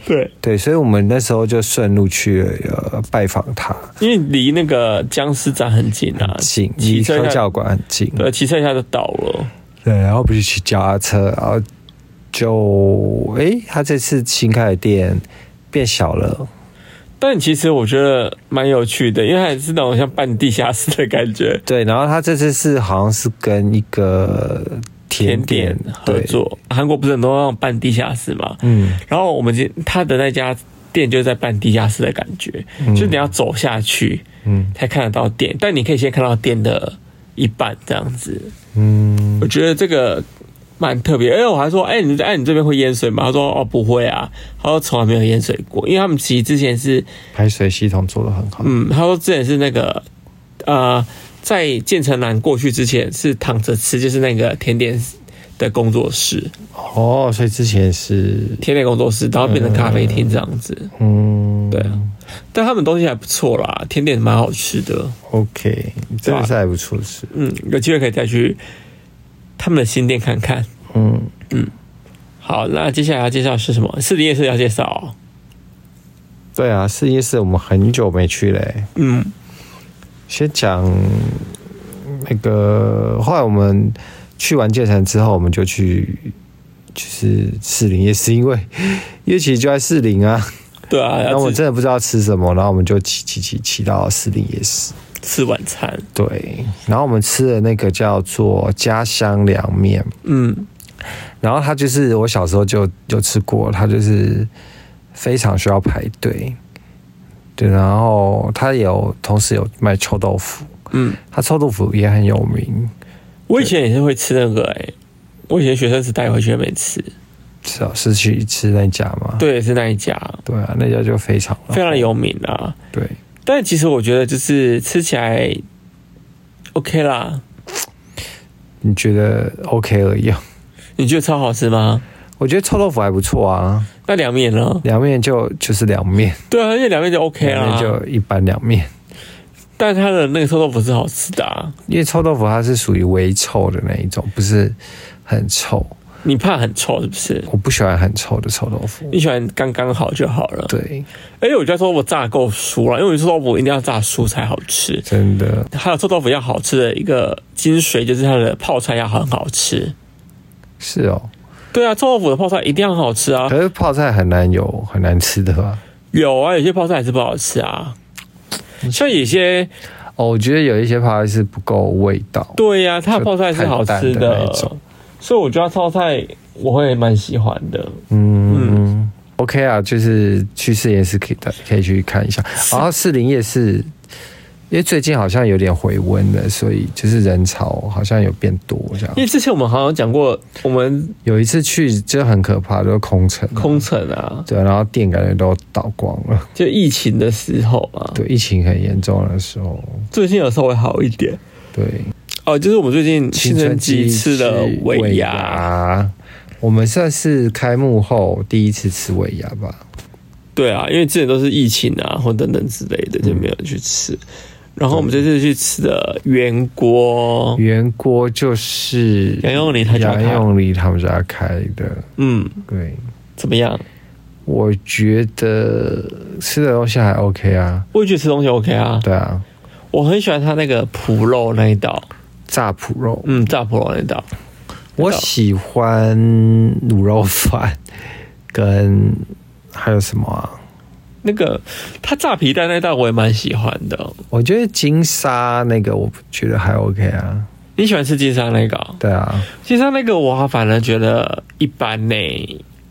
S2: 对，
S1: 对，所以我们那时候就顺路去了、呃、拜访他。
S2: 因为离那个僵尸展很近啊，
S1: 近，
S2: 骑
S1: 离科
S2: 车一下嗯
S1: 教馆很近。
S2: 对，骑车一下就到了。
S1: 对，然后不是骑脚踏车，然后就诶，他这次新开的店变小了，
S2: 但其实我觉得蛮有趣的，因为它也是那种像半地下室的感觉，
S1: 对，然后他这次是好像是跟一个甜
S2: 甜
S1: 点
S2: 点合，作。韩国不是很多那种半地下室嘛？
S1: 对嗯，
S2: 然后我们今他的那家店就在半地下室的感觉，就是你要走下去，
S1: 嗯
S2: 嗯，才看得到店，但你可以先看到店的一半这样子。
S1: 嗯，
S2: 我觉得这个蛮特别，而且我还说，哎、你哎、你这边会淹水吗？他说哦不会啊，他说从来没有淹水过，因为他们其实之前是
S1: 排水系统做的很好，
S2: 嗯，他说之前是那个呃，在建成南过去之前是躺着吃，就是那个甜点的工作室，
S1: 哦，所以之前是
S2: 甜点工作室，然后变成咖啡厅这样子。
S1: 嗯，
S2: 对啊，但他们东西还不错啦，甜点蛮好吃的。
S1: ，OK，这个是还不错的事，
S2: 嗯，有机会可以再去他们的新店看看。
S1: 嗯，
S2: 好，那接下来要介绍是什么？士林夜市要介绍哦、
S1: 对啊，试一试，我们很久没去嘞、
S2: 嗯，
S1: 先讲那个，后来我们去完建成之后，我们就去就是士林，也是因为因为其实就在士林啊，
S2: 对啊，
S1: 然后
S2: 要
S1: 我
S2: 吃
S1: 真的不知道吃什么，然后我们就骑骑骑骑到士林夜市，
S2: 吃晚餐，
S1: 对，然后我们吃的那个叫做家乡凉面，
S2: 嗯，
S1: 然后它就是我小时候就就吃过，它就是非常需要排队，对，然后它有同时有卖臭豆腐，
S2: 嗯，
S1: 它臭豆腐也很有名，
S2: 我以前也是会吃那个哎、我以前学生时代回去也没吃，
S1: 是啊，是去吃那家吗？
S2: 对，是那一家，
S1: 对啊，那家就非常了
S2: 非常有名啊。
S1: 对，
S2: 但其实我觉得就是吃起来 OK 啦，
S1: 你觉得 OK 而已啊。
S2: 你觉得超好吃吗？
S1: 我觉得臭豆腐还不错啊，
S2: 那凉面呢？
S1: 凉面就就是凉面，
S2: 对啊，而且凉面就 OK
S1: 凉面
S2: 啦。
S1: 就一般凉面，
S2: 但它的那个臭豆腐是好吃的、啊，
S1: 因为臭豆腐它是属于微臭的那一种，不是很臭。
S2: 你怕很臭是不是？
S1: 我不喜欢很臭的臭豆腐。
S2: 你喜欢刚刚好就好了。
S1: 对，
S2: 而且我觉得臭豆腐炸得够酥了，因为我觉得臭豆腐一定要炸酥才好吃。
S1: 真的，
S2: 还有臭豆腐要好吃的一个精髓就是它的泡菜要很好吃。
S1: 是哦。
S2: 对啊，臭豆腐的泡菜一定要很好吃啊。
S1: 可是泡菜很难有很难吃的吧？
S2: 有啊，有些泡菜还是不好吃啊。像有些
S1: 哦，我觉得有一些泡菜是不够味道。
S2: 对呀、它的泡菜是好吃
S1: 就太淡的那种
S2: 所以我觉得泡菜我会蛮喜欢的。
S1: 嗯 o k 啊，就是去士林夜市可以的，可以去看一下。然后士林夜市，因为最近好像有点回温了，所以就是人潮好像有变多这
S2: 因
S1: 样。
S2: 为之前我们好像讲过，我们
S1: 有一次去就很可怕，就是空城啊、
S2: 空城啊，
S1: 对，然后店感觉都倒光了。
S2: 就疫情的时候啊，
S1: 对，疫情很严重的时候，
S2: 最近有稍微好一点。
S1: 对，
S2: 哦，就是我们最近青春
S1: 青
S2: 期吃了
S1: 吃
S2: 尾牙，
S1: 牙。我们算是开幕后第一次吃尾牙吧，
S2: 对啊，因为之前都是疫情啊或等等之类的，就没有去吃。
S1: 嗯
S2: 然后我们这次去吃的圆锅，
S1: 原锅就是
S2: 杨永林他家
S1: 杨
S2: 开啊
S1: 永林他们家开的，
S2: 嗯，
S1: 对，
S2: 怎么样？
S1: 我觉得吃的东西还 OK 啊，
S2: 我也觉得吃东西 OK 啊，
S1: 对啊，
S2: 我很喜欢它那个脯肉那一道，
S1: 炸脯肉，
S2: 嗯，炸脯肉那一道，
S1: 我喜欢卤肉饭跟还有什么啊？
S2: 那个它炸皮蛋那一道我也蛮喜欢的。
S1: 我觉得金沙那个我觉得还 OK 啊，
S2: 你喜欢吃金沙那个哦？
S1: 对啊，
S2: 金沙那个我反而觉得一般呢、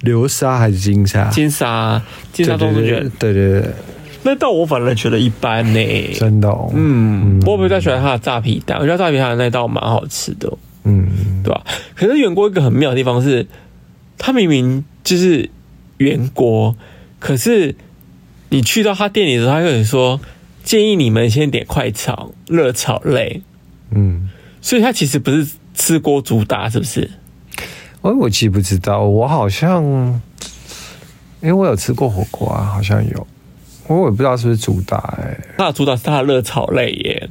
S1: 流沙还是金沙？
S2: 金沙金沙
S1: 对
S2: 东
S1: 对
S2: 是觉
S1: 对
S2: 得
S1: 对对对，
S2: 那道我反而觉得一般呢、
S1: 真的、哦，嗯
S2: 嗯，我比较喜欢它的炸皮蛋，我觉得炸皮蛋的那道蛮好吃的，
S1: 嗯，
S2: 对吧、可是圆锅一个很妙的地方是，它明明就是圆锅，可是你去到他店里的时候，他跟你说建议你们先点快炒、热炒类，
S1: 嗯，
S2: 所以它其实不是吃锅主打，是不是？
S1: 我哎我其实不知道，我好像，因为我有吃过火锅啊，好像有，我也不知道是不是主打哎、
S2: 它的主打是它的热炒类耶，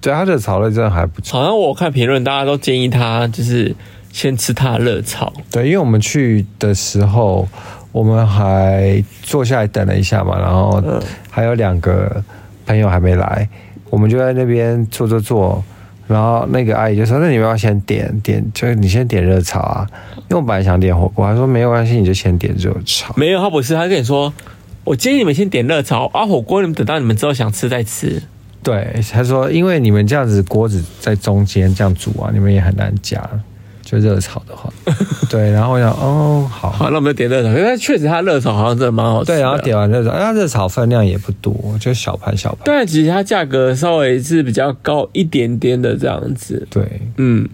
S1: 对，它的炒类真的还不错。
S2: 好像我看评论，大家都建议他就是先吃它的热炒，
S1: 对，因为我们去的时候，我们还坐下来等了一下嘛，然后还有两个朋友还没来，我们就在那边坐坐坐。然后那个阿姨就说：“那你们要先点点，就是你先点热炒啊，因为我本来想点火锅，她说没有关系，你就先点热炒。
S2: 没有，他不是，他跟你说。我建议你们先点热炒啊，火锅你们等到你们之后想吃再吃。
S1: 对，她说因为你们这样子锅子在中间这样煮啊，你们也很难夹，就热炒的话。对，然后我想哦好，
S2: 好，那我们就点热炒，因为确实它热炒好像真的蛮好吃的。
S1: 对，然后点完热炒，它热炒分量也不多，就小盘小盘。
S2: 但其实它价格稍微是比较高一点点的这样子，
S1: 对，
S2: 嗯，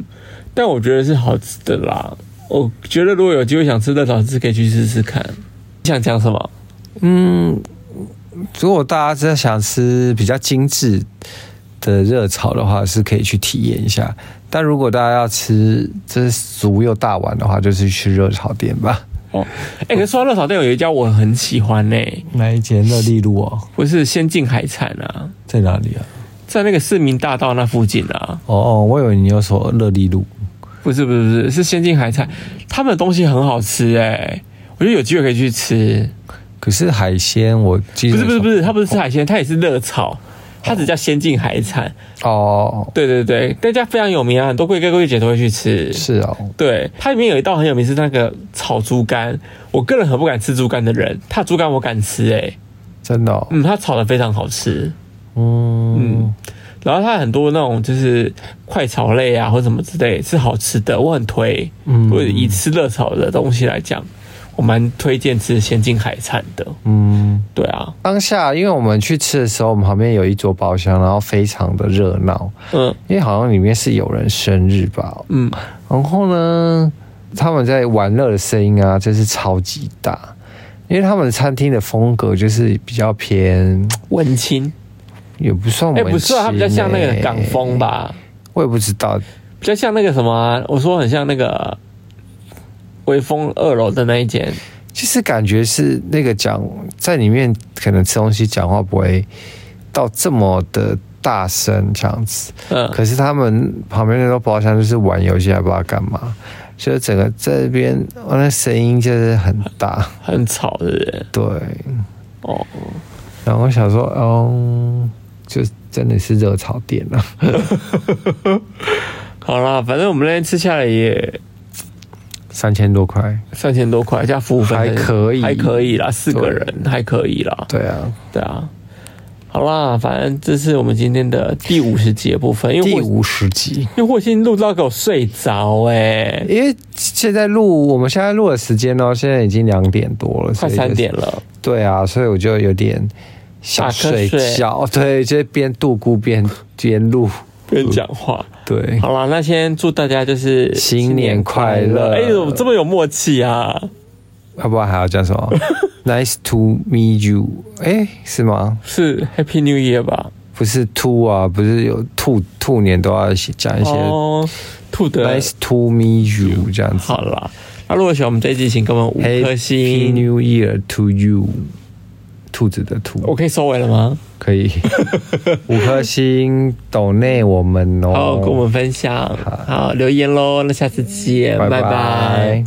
S2: 但我觉得是好吃的啦。我觉得如果有机会想吃热炒，是可以去试试看。你想讲什么？
S1: 嗯，如果大家真的想吃比较精致的热炒的话，是可以去体验一下。但如果大家要吃这足又大碗的话，就是去热炒店吧。
S2: 哦，哎、可是说到热炒店，有一家我很喜欢呢、
S1: 哪一间热力路哦？
S2: 不是先进海产啊，
S1: 在哪里啊？
S2: 在那个市民大道那附近啊，
S1: 哦哦，我以为你有说热力路。
S2: 不是不是不是，是先进海产，他们的东西很好吃哎、我觉得有机会可以去吃。
S1: 可是海鲜我记
S2: 不
S1: 得
S2: 是不是不是，它不是吃海鲜，它也是热炒，它只叫先进海产。
S1: 哦，
S2: 对对对，大家非常有名啊，很多贵哥贵姐都会去吃。
S1: 是哦，
S2: 对，它里面有一道很有名是那个炒猪肝，我个人很不敢吃猪肝的人，它的猪肝我敢吃哎、
S1: 真的、哦，
S2: 嗯，它炒的非常好吃。
S1: 嗯，
S2: 然后它很多那种就是快炒类啊或什么之类是好吃的，我很推。
S1: 嗯
S2: 如果以吃热炒的东西来讲，我蛮推荐吃先进海产的。
S1: 嗯，
S2: 对啊，
S1: 当下因为我们去吃的时候，我们旁边有一桌包厢，然后非常的热闹，
S2: 嗯
S1: 因为好像里面是有人生日吧，
S2: 嗯，
S1: 然后呢，他们在玩乐的声音啊，真是超级大，因为他们的餐厅的风格就是比较偏，
S2: 文青，
S1: 也不算
S2: 哎、
S1: 文青、欸
S2: 不是啊，它比较像那个港风，吧，
S1: 我也不知道，
S2: 比较像那个什么啊、我说很像那个微风二楼的那一间，
S1: 就是感觉是那个讲在里面可能吃东西讲话不会到这么的大声这样子，
S2: 嗯，
S1: 可是他们旁边那个包厢就是玩游戏，还不知道干嘛，所以整个这边哦那声音就是很大，
S2: 很吵的人
S1: 对。
S2: 哦。
S1: 然后我想说，哦，就真的是热炒店 啊，
S2: 好啦，反正我们那天吃下来也
S1: 三千多块，
S2: 三千多块，加服务费
S1: 还可以
S2: 还可以啦，四个人还可以啦。
S1: 对啊，
S2: 对啊，好啦，反正这是我们今天的第五十集的部分，因为
S1: 第
S2: 霍
S1: 五十集。
S2: 因为霍信录到给我睡着哎、
S1: 因为现在录，我们现在录的时间呢，现在已经两点多了，
S2: 快
S1: 所以
S2: 三
S1: 就是
S2: 点了，
S1: 对啊，所以我就有点想
S2: 打瞌
S1: 睡
S2: 睡
S1: 觉，对，就是边度孤边边录，
S2: 别讲话。
S1: 对，
S2: 好啦，那先祝大家就是
S1: 新年快乐
S2: 哎、怎么这么有默契啊？
S1: 要不然还要讲什 么？Nice to meet you，哎、是吗？
S2: 是 Happy New Year 吧？
S1: 不是 to 啊，不是有兔兔年都要写讲一些
S2: 哦，兔的
S1: Nice to meet you 这样子。
S2: 好啦。那如果喜欢我们这一集，请给我们五
S1: Happy
S2: 颗星。
S1: New Year 哦 to you，兔子的兔，
S2: 我可以收尾了吗？
S1: 可 以五颗星抖内我们哦，
S2: 好，跟我们分享，好留言喽。那下次见，
S1: 拜
S2: 拜拜
S1: 拜